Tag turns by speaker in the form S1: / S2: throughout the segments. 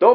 S1: どう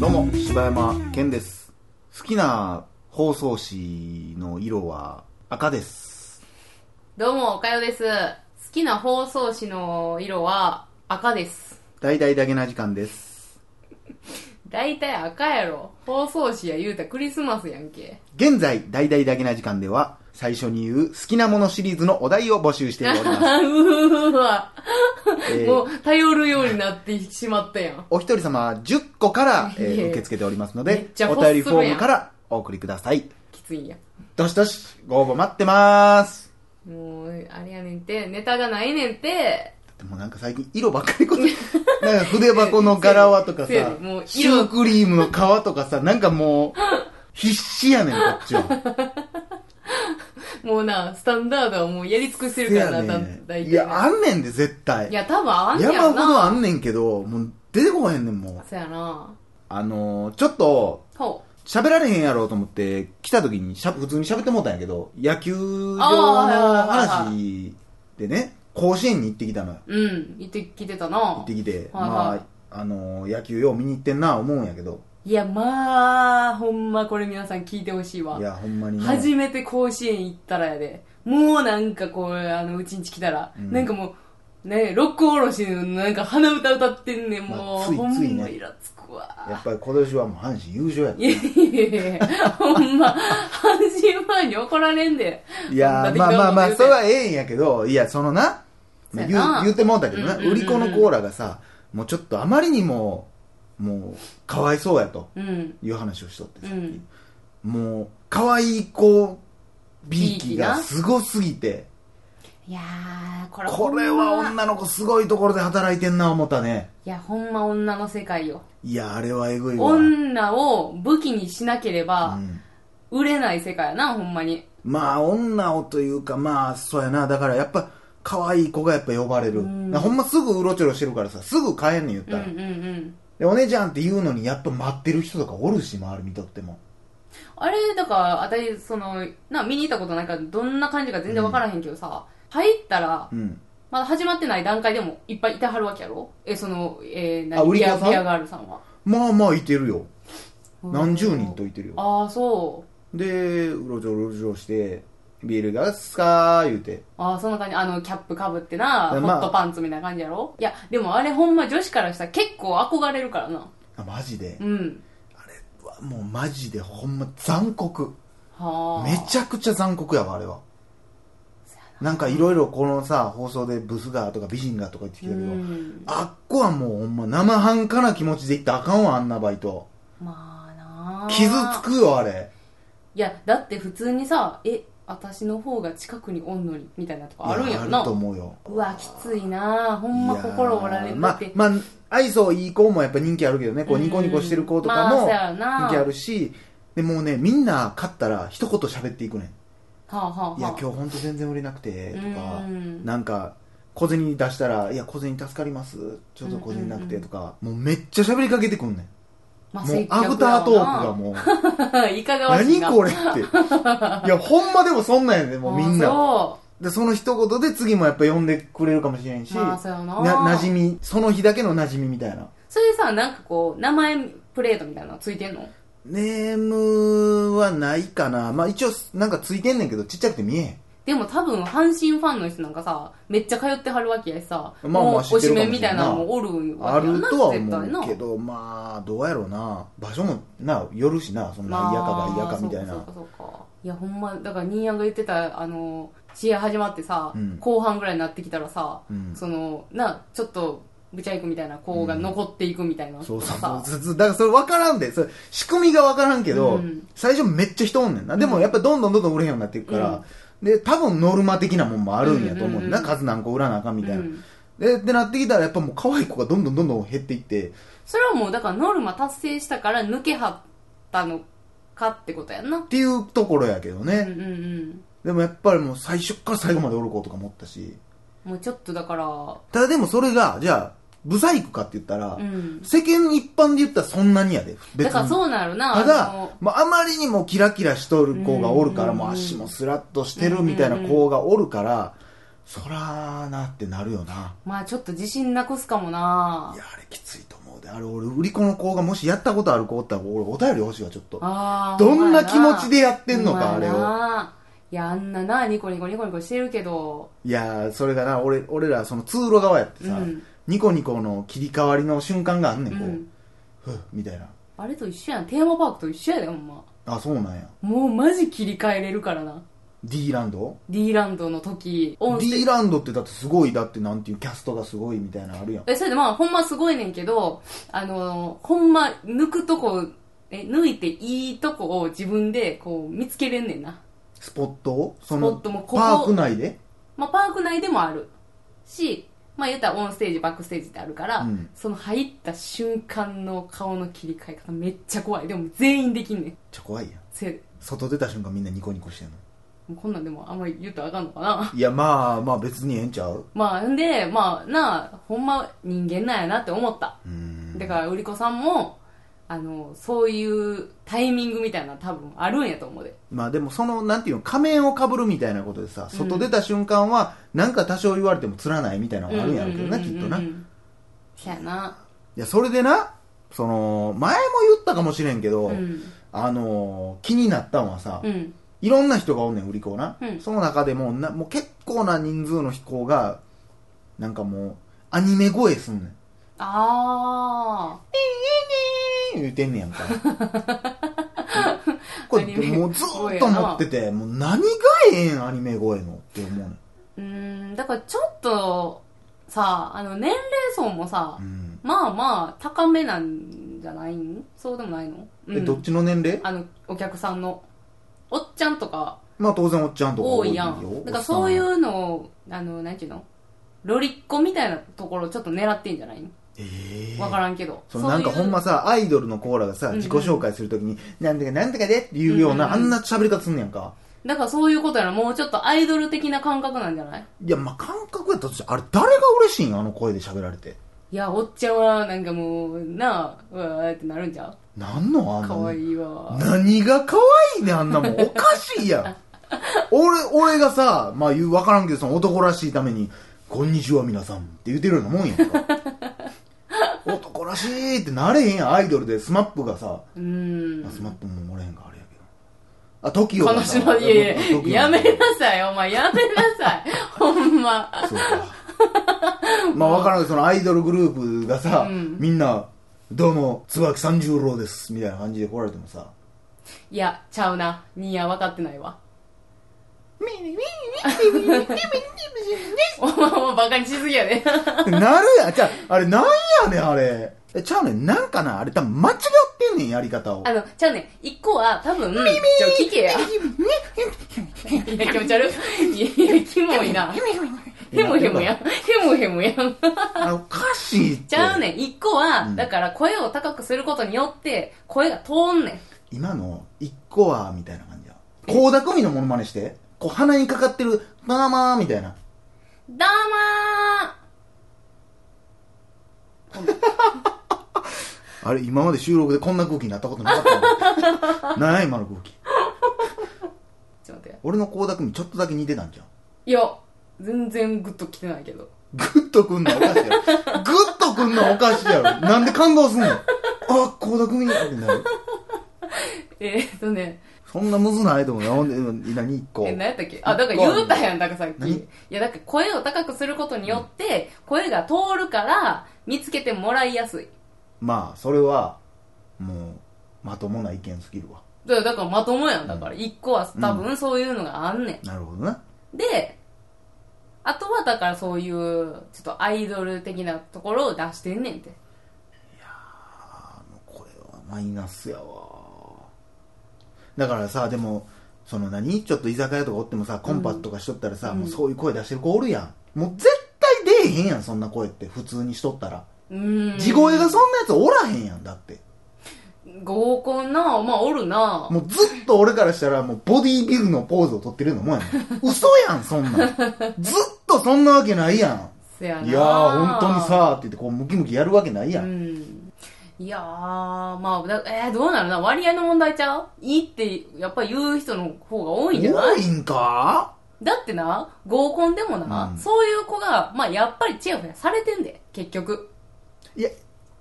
S1: どうも、柴山健です。好きな包装紙の色は赤です。
S2: どうも、おかよです。好きな包装紙の色は赤です。
S1: 大々だけな時間です。
S2: だいたい赤やろ。包装紙や言うたらクリスマスやんけ。
S1: 現在、大々だけな時間では、最初に言う好きなものシリーズのお題を募集しており
S2: う
S1: ます。
S2: ーわ、
S1: えー
S2: もう頼るようになってしまったやん。
S1: お一人様10個から、えー
S2: いえいえ
S1: 受け付けておりますの
S2: め
S1: で
S2: っち、ゃ
S1: お
S2: 欲するやん
S1: 便りフォームからお送りください。
S2: きついんや。
S1: どしどし、ご応募待ってます。
S2: もう、あれやねんて、ネタがないねんて。
S1: でもなんか最近色ばっかり こなんか筆箱の柄はとかさ
S2: せやねんもう、
S1: シュ
S2: 色
S1: ークリームの皮とかさ、なんかもう、必死やねん、 こっちは。
S2: もうな、スタンダードはもうやり尽くして
S1: せ
S2: るか
S1: や
S2: らな、だ
S1: ね
S2: だい
S1: ん。
S2: た
S1: い
S2: い
S1: や、
S2: な。
S1: あんねんで、絶対。
S2: いや、多分あんねや
S1: 山
S2: ろ
S1: ほどあ
S2: な。
S1: んねんけど、もう出てこへんねん、もう。
S2: そやな。
S1: あのー、ちょっと、
S2: ほう。
S1: 喋られへんやろうと思って、来た時にしゃ普通に喋ってもうたんやけど、野球場の
S2: あーはいはいはいは
S1: 話でね、甲子園に行ってきたのよ。
S2: うん、行ってきてたな。
S1: 行ってきて、
S2: はいはい
S1: まあ、あのー、野球よう見に行ってんな思うんやけど、
S2: いや、まあ、ほんまこれ皆さん聞いてほしいわ
S1: い。や、ほんまにね。
S2: 初めて甲子園行ったらやで。もうなんかこう、あの、うちんち来たら、
S1: うん
S2: なんかもう、ね、六甲おろしのなんか鼻歌歌ってんねん、もう、
S1: まあつい
S2: ほ
S1: つい
S2: んま
S1: ね
S2: イラつく
S1: や
S2: わ。
S1: っぱり今年はもう阪神優勝やっ
S2: いやいやいやいや、ほんま、阪神ファンに怒られんで。
S1: た。いや
S2: そ
S1: ー、
S2: ん
S1: まあ
S2: な適
S1: ま
S2: 当な
S1: あ
S2: こと
S1: まあ、
S2: 言う
S1: そ
S2: て
S1: れはええんやけど、いや、そのな、
S2: そう
S1: 言
S2: や
S1: う
S2: な
S1: 言うてもうたけどな、
S2: うんうんうん
S1: 売り子のコーラがさ、もうちょっとあまりにも、もう、かわいそうやと。
S2: うん。
S1: いう話をしとってさっき、
S2: うん
S1: もう可愛い子びいきが
S2: びいきな
S1: すごすぎて
S2: いやー、これ
S1: これ
S2: ほんま
S1: は女の子すごいところで働いてんな思ったね
S2: いや、ほんま女の世界よ。
S1: いやあれはえぐいわ、うん
S2: 女を武器にしなければ、売れない世界やな、ほんまに。
S1: まあ女をというかまあそうやなだからやっぱ可愛い子がやっぱ呼ばれる、
S2: うん
S1: ほんますぐうろちょろしてるからさすぐ帰んねん言っ
S2: う
S1: た
S2: ん
S1: ら、
S2: うんうん。
S1: でお姉ちゃんって言うのにやっぱ待ってる人とかおるし周り見とっても
S2: あれ、だから、私、その、な、見に行ったことないから、どんな感じか全然わからへんけどさ、入ったら、
S1: うん
S2: まだ始まってない段階でもいっぱいいてはるわけやろえ、その、えー、
S1: あ売り
S2: ビ
S1: 子さ
S2: ア
S1: ん
S2: ビアガールさんは。
S1: まあまあいてるよ
S2: うん
S1: 何十人といてるよ
S2: ああ、そう。
S1: で、うろちょろうろちょろして、ビールがっすかー言うて。
S2: ああ、そんな感じ。あの、キャップかぶってな、ホ
S1: まあ
S2: ットパンツみたいな感じやろいや、でもあれほんま女子からしたら結構憧れるからな。
S1: あ、マジで
S2: う。ん。
S1: あれはもうマジでほんま残酷。
S2: はあ。
S1: めちゃくちゃ残酷やわ、あれは。なんかいろいろこのさ、放送でブスがとか美人がとか言ってきて
S2: う
S1: るけど、
S2: ん。
S1: あっこはもうほんま生半可な気持ちで行ったらあかんわ、あんなバイト。
S2: まあなあ
S1: 傷つくよ、あれ。
S2: いや、だって普通にさ、え、私の方が近くにおんのに、みたいなとこあるん
S1: い
S2: やろ
S1: ある
S2: な。
S1: と思うよ。
S2: うわきついなあほんま心折られ
S1: いやー
S2: るだ
S1: ま
S2: って、
S1: あ、まあ、愛想いい子もやっぱ人気あるけどね、こう
S2: うん
S1: ニコニコしてる子とか
S2: まあそ
S1: も
S2: やな
S1: 人気あるし、でもうね、みんな勝ったら一言喋っていくね
S2: はあはあはあ
S1: ん。いや、今日ほんと全然売れなくて、とか
S2: う、ん
S1: なんか、小銭出したら、いや、小銭助かります。ちょっと小銭なくて、とか、もうめっちゃ喋りかけてくんねん。
S2: まあ
S1: もう
S2: 接客
S1: ア
S2: やわ
S1: フタートークがもう、
S2: な いかがわし い
S1: 何
S2: な
S1: これって。いや、ほんまでもそんなんやねん、もうみん
S2: あ
S1: な。
S2: そ
S1: で、その一言で次もやっぱ呼んでくれるかもしれんし、
S2: うまあ
S1: な、
S2: そうやな
S1: 馴染み、その日だけの馴染みみたいな。
S2: それでさなんかこう名前プレートみたいなのついてんの
S1: ネームはないかな。まあ一応、なんかついてんねんけど、ちっちゃくて見えへん。
S2: でも多分阪神ファンの人なんかさめっちゃ通ってはるわけやしさ
S1: まあまあ
S2: もう
S1: 知
S2: お
S1: ってるかもし
S2: し
S1: れんな
S2: めみたいなのもおる
S1: あ
S2: わけや
S1: る
S2: な
S1: とは
S2: 絶対
S1: 思う
S2: な
S1: けど、まあ、どうやろうな。場所も、な、よるしな、そんな、嫌かば嫌かみたい
S2: そう
S1: な
S2: か。そうかそうかいやほんまだから新谷が言ってたあの試合始まってさ、
S1: うん
S2: 後半ぐらいになってきたらさ、
S1: うん
S2: そのなちょっとブチャイクみたいな子が残っていくみたいな、
S1: そうそう
S2: と
S1: そ
S2: か
S1: う
S2: さ
S1: ずず。だからそれ分からんで、それ仕組みが分からんけど、
S2: うん
S1: 最初めっちゃ人おんねんな。でもやっぱどんどんどんどん売れへんようになっていくから、で、多分ノルマ的なもんもあるんやと思う。
S2: うんうんうん
S1: な、数何個売らなあかんみたいな。
S2: うん
S1: で、ってなってきたら、やっぱもう可愛い子がどんどんどんどん減っていって、
S2: それはもうだからノルマ達成したから抜けはったのかってことやんな
S1: っていうところやけど
S2: うんう
S1: ね。
S2: んうん
S1: でもやっぱりもう最初から最後までおる子とかもおったし。
S2: もうちょっとだから
S1: ただでもそれが、じゃあ、ブサイクかって言ったら、
S2: うん
S1: 世間一般で言ったらそんなにやで。別
S2: だ
S1: に。
S2: からそうなるな
S1: た
S2: あ
S1: だ
S2: の、
S1: まあ、あまりにもキラキラしとる子がおるから、
S2: うんうんうん
S1: もう足もスラッとしてるみたいな子がおるから、そらーなってなるよな。
S2: まあちょっと自信なくすかもない
S1: や、あれきついと思うで。あれ、俺、売り子の子がもしやったことある子おったら、俺、お便り欲しいわ、ちょっと。
S2: あー
S1: どん
S2: ほんまや
S1: な気持ちでやってんのか、
S2: ほ
S1: あ
S2: んま
S1: れ
S2: や
S1: を。
S2: ないやあんななニコニコニコニコしてるけど
S1: いやー、それがな、俺、俺ら、その通路側やってさ、
S2: うん
S1: ニコニコの切り替わりの瞬間があんねん、こう、
S2: うん
S1: ふっ、みたいな。
S2: あれと一緒やんテーマパークと一緒やでほんま
S1: あ、そうなんや。
S2: もうマジ切り替えれるからな
S1: D ランド
S2: D ランドの時音声
S1: D ランドってだってすごいだってなんていうキャストがすごいみたいなのあるやん
S2: え、それでまあ、ほんますごいねんけど、あの、ほんま、抜くとこ、え、抜いていいとこを自分で、こう、見つけれんねんな。
S1: スポットをそ
S2: スポ
S1: の
S2: ットもここ
S1: パーク内で
S2: まあ、パーク内でもある。し、まあ、言ったらオンステージ、バックステージってあるから、
S1: うん
S2: その入った瞬間の顔の切り替え方めっちゃ怖い。でも全員できんねん。
S1: ちょ怖いやん
S2: せやで
S1: 外出た瞬間みんなニコニコしてんの
S2: もうこんなんでもあんまり言うとあかんのかな。
S1: いやまあまあ別にええんちゃう
S2: まあ、んで、まあ、なあ、ほんま人間なんやなって思った。
S1: うーん
S2: だから売り子さんもあのそういうタイミングみたいなの多分あるんやと思うで
S1: まあでもそのなんていうの仮面をかぶるみたいなことでさ外出た瞬間はなんか多少言われてもつらないみたいなのがあるんやろうけどな
S2: うん
S1: き
S2: う
S1: っ
S2: んうん
S1: と
S2: うん
S1: な
S2: う
S1: い
S2: んそやな
S1: やそれでなその前も言ったかもしれんけど、
S2: うん
S1: あのー気になったんはさ、
S2: うん
S1: いろんな人がおんねん、売り子な。
S2: うん
S1: その中でもな、もう結構な人数の飛行が、なんかもう、アニメ声すんねん。
S2: あ
S1: 言うてんねやん か。これ
S2: アニメ
S1: もうずーっと思ってて、もう何がええん、アニメ声のって思うねん。
S2: ーうんだからちょっとさあの年齢層もさ、
S1: うん。
S2: まあまあ高めなんじゃないんそうでもないの、う
S1: え、
S2: ん、
S1: どっちの年齢
S2: あのお客さんのおっちゃんとか
S1: まあ当然おっちゃんとか
S2: 多いや
S1: よ
S2: んだからそうい
S1: おっ
S2: うのをあの何ていうのロリッコみたいなところをちょっと狙ってんじゃないの
S1: さんは。ええ
S2: わからんけど。
S1: そのなんかほんまさ、アイドルのコーラがさ、
S2: うんうん
S1: 自己紹介するときに、なんとかなんとかでって言うような、
S2: うんうんうん
S1: あんな喋り方すんねやんか。
S2: そういうだからそういうことやな。もうちょっとアイドル的な感覚なんじゃない
S1: いや、まあ感覚やったとして、あれ誰が嬉しいんあの声で喋られて。
S2: いや、おっちゃんは、なんかもう、なあ、うわーってなるんじゃう
S1: なんのあんな
S2: かわいいわ。
S1: 何が可愛いねんあんなもんおかしいやん俺俺がさまあ言う分からんけどその男らしいために「こんにちは皆さん」って言うてるようなもんやんか男らしいってなれへんやんアイドルでスマップがさ、
S2: うー
S1: あス
S2: ん。
S1: マップももれへんかあれやけどあ TOKIO
S2: 彼
S1: がさ
S2: 女の、いやい
S1: TOKIO
S2: や、やめなさい、お前、やめなさい。 ほんま。
S1: そうかまあ分からんけどそのアイドルグループがさ、
S2: うん
S1: みんな「どうも椿三十郎です」みたいな感じで来られてもさ
S2: いや、ちゃうな。ニーヤ分かってないわ。 お前もバカにしすぎやで。
S1: なるやん。じゃあ、あれなんやねん、あれ。え、ちゃうねん。なんかな、あれ多分間違ってんねん、やり方を
S2: あ。の、ちゃうね、一個は多分、ちょ、聞け や。いや、気持ち悪い。いや、キモいな。ヘムヘムやん。ヘムヘムや ん。
S1: あれおかしいって。
S2: ちゃうねん。一個は、
S1: うん
S2: だから声を高くすることによって、声が通んねん。
S1: 今の、一個は、みたいな感じや。高田組のモノマネして。こう、鼻にかかってる、まあまあ、みたいな。
S2: どう
S1: あれ、今まで収録でこんな空気になったことなかったのなんや、今の空気。
S2: もーちょっと待ってよ。
S1: 俺の高田組ちょっとだけ似てたんじゃん。
S2: いや、全然グッと来てないけど。
S1: グッとくんのおかしいやろ。グッとくんのおかしいやろ。なんで感動すんのあ、高田組やってなる。
S2: えーっとね、
S1: そんなむずないと思うよ。ほんで、うん何一個
S2: え、。何やったっけあ、だから言うたやん、だからさっき。
S1: 何
S2: いや、だから声を高くすることによって、声が通るから、見つけてもらいやすい。
S1: まあ、それは、もう、まともな意見すぎるわ。
S2: だから、だからまともやん。だから、一個は多分そういうのがあんねん。
S1: なるほどな。
S2: で、あとはだからそういう、ちょっとアイドル的なところを出してんねんって。
S1: あの、これはマイナスやわ。だからさ、でも、その何ちょっと居酒屋とかおってもさコンパとかしとったらさ、
S2: うん
S1: もうそういう声出してる子おるやんもう絶対出えへんやんそんな声って普通にしとったら
S2: うん
S1: 地声がそんなやつおらへんやんだって
S2: 合コンなまあおるな
S1: もうずっと俺からしたらもうボディービルのポーズをとってるのもんやん嘘やんそんなんずっとそんなわけないや
S2: せやなん
S1: いやー本当にさーって言ってこうムキムキやるわけないや、
S2: うんんいやーまあだえー、どうなるな割合の問題ちゃういいってやっぱ言う人の方が多いんじゃな
S1: 多
S2: い
S1: いんか
S2: だってな合コンでもな、
S1: うん
S2: そういう子がまあやっぱりチヤホヤされてんで結局
S1: いや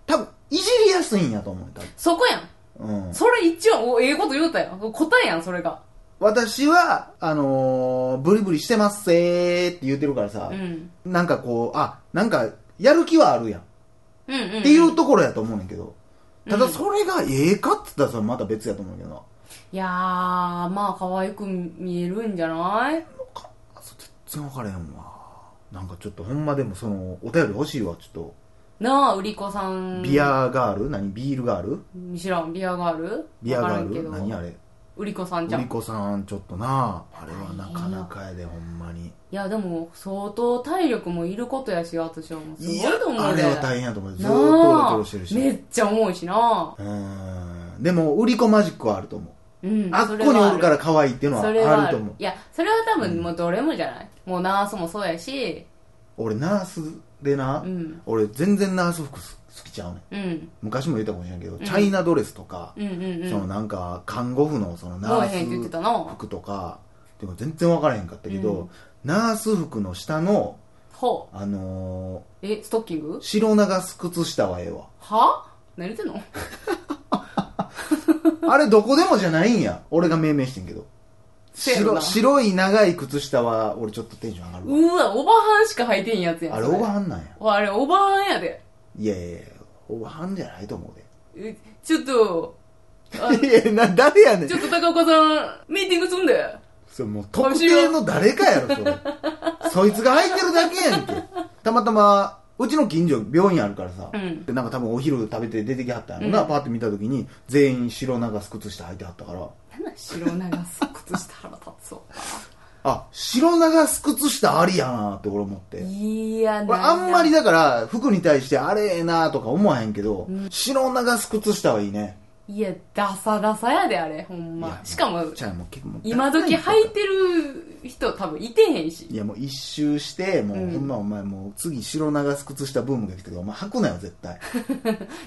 S1: 多分いじりやすいんやと思う多
S2: そこやん
S1: 分うん
S2: それ一応おええこと言うたやん答えやんそれが
S1: 私はあのー、ブリブリしてますせーって言ってるからさ
S2: う、ん
S1: なんかこうあなんかやる気はあるやんっ
S2: うんうん、
S1: てい
S2: うん
S1: うところやと思うねんけど、ただ
S2: うん
S1: それがええかって言ったらそれまた別やと思うけどない
S2: やーまあ可愛く見えるんじゃない
S1: 全然分からへんわなんかちょっとほんまでもそのお便り欲しいわちょっ
S2: なあ売り子さ
S1: と
S2: ん
S1: ビアガール、何ビールガール
S2: 知らんビアガール
S1: ビア
S2: わか
S1: ガ
S2: らん
S1: ー
S2: け
S1: ル
S2: ど
S1: 何あれ
S2: 売り子さんじ
S1: 売
S2: ゃん
S1: り
S2: い
S1: 子さんちょっとなあれはなかなかやでほんまに
S2: やでも相当体力もいることやし私はもうすごいと思
S1: あ
S2: う
S1: れ
S2: で
S1: は大変やと思うずー
S2: な
S1: っとうろちょろしてる
S2: あめ
S1: し
S2: っちゃ重いしな
S1: うーんでも売り子マジックはあると思う
S2: うん
S1: あっこにおるから可愛いっていうのは
S2: それは
S1: あると思う
S2: いやそれは多分もうどれもじゃない、もうナースもそうやし
S1: 俺ナースでな、
S2: うん
S1: 俺全然ナース服好きちゃうねん
S2: うん
S1: 昔も言ったかもしれんけど、チャイナドレスとか、
S2: うんうんうん
S1: そのなんか看護婦のその
S2: ど
S1: ナ
S2: うへんって言って
S1: ー
S2: たな
S1: ス服とかでも全然分からへんかったけど、ナース服の下の、
S2: ほう
S1: あの
S2: えストッキング
S1: ー白長靴下はええわ
S2: は何言ってんの
S1: あれどこでもじゃないんや俺が命名してんけど
S2: せやろ
S1: 白
S2: な
S1: 白い長い靴下は俺ちょっとテンション上がるわ
S2: うわオバハンしか履いてんやつやん
S1: あれ
S2: そ
S1: オバハンなんや
S2: あれオバハンやで
S1: いやいやいやオバハンじゃないと思うで
S2: えちょっと あ
S1: いやな誰やねん
S2: ちょっと高岡さんミーティングす んで
S1: それもう特定の誰かやろそれそいつが入ってるだけやんけたまたまうちの近所病院あるからさ、
S2: うん
S1: でなんか多分お昼食べて出てきはったんやろな、
S2: うん
S1: パーって見た時に全員白長す靴下履いてはったから
S2: なんなん白長す靴下腹立つわ
S1: あ白長す靴下ありやなって俺思って
S2: いや
S1: 俺
S2: な
S1: あんまりだから服に対してあれええなとか思わへんけど、白長す靴下はいいね
S2: いやダサダサやであれほん
S1: い
S2: ま
S1: や
S2: しかも
S1: じゃあもう結構もう
S2: 今時履いてる人多分いてへんし
S1: いやもう一周してもう、
S2: うん
S1: ほんまお前もう次白長す靴下ブームが来てるからお前履くなよ絶対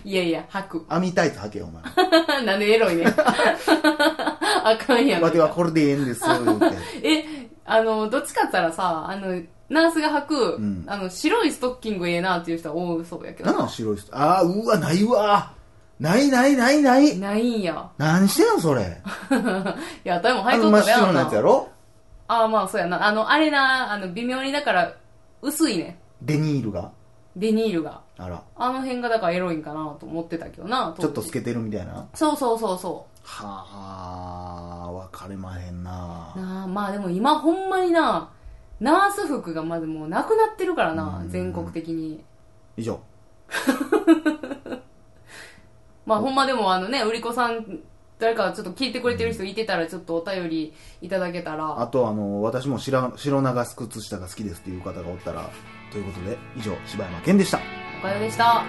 S2: いやいや履く
S1: 網タイツ履けよお 前
S2: なんでエロいねん あかんやん
S1: わてはこれでええんですよ言うて
S2: えあのどっちかって言ったらさあのナースが履く、
S1: うん
S2: あの白いストッキングええなっていう人は多そうやけど
S1: なんなん白い人ああうわないわないないないない
S2: ないんや
S1: 何してんのそれ
S2: いやでも
S1: あ
S2: 履い
S1: の
S2: とっ
S1: 真った
S2: であ
S1: 白
S2: ん
S1: な
S2: な
S1: やつやろ
S2: ああまあそうやなあのあれなあの微妙にだから薄いね
S1: デニールが
S2: デニールが
S1: あら
S2: あの辺がだからエロいんかなと思ってたけどな
S1: ちょっと透
S2: 当時
S1: けてるみたいな
S2: そうそうそうそ
S1: はあ分かれまへんな
S2: うなあまあでも今ほんまになナース服がまずもうなくなってるからな
S1: うん
S2: 全国的に
S1: 以上
S2: まあほんまでもあのね売り子さん誰かちょっと聞いてくれてる人いてたらちょっとお便りいただけたら
S1: あとあの私も白白長す靴下が好きですっていう方がおったらということで以上柴山健でした
S2: おかよでした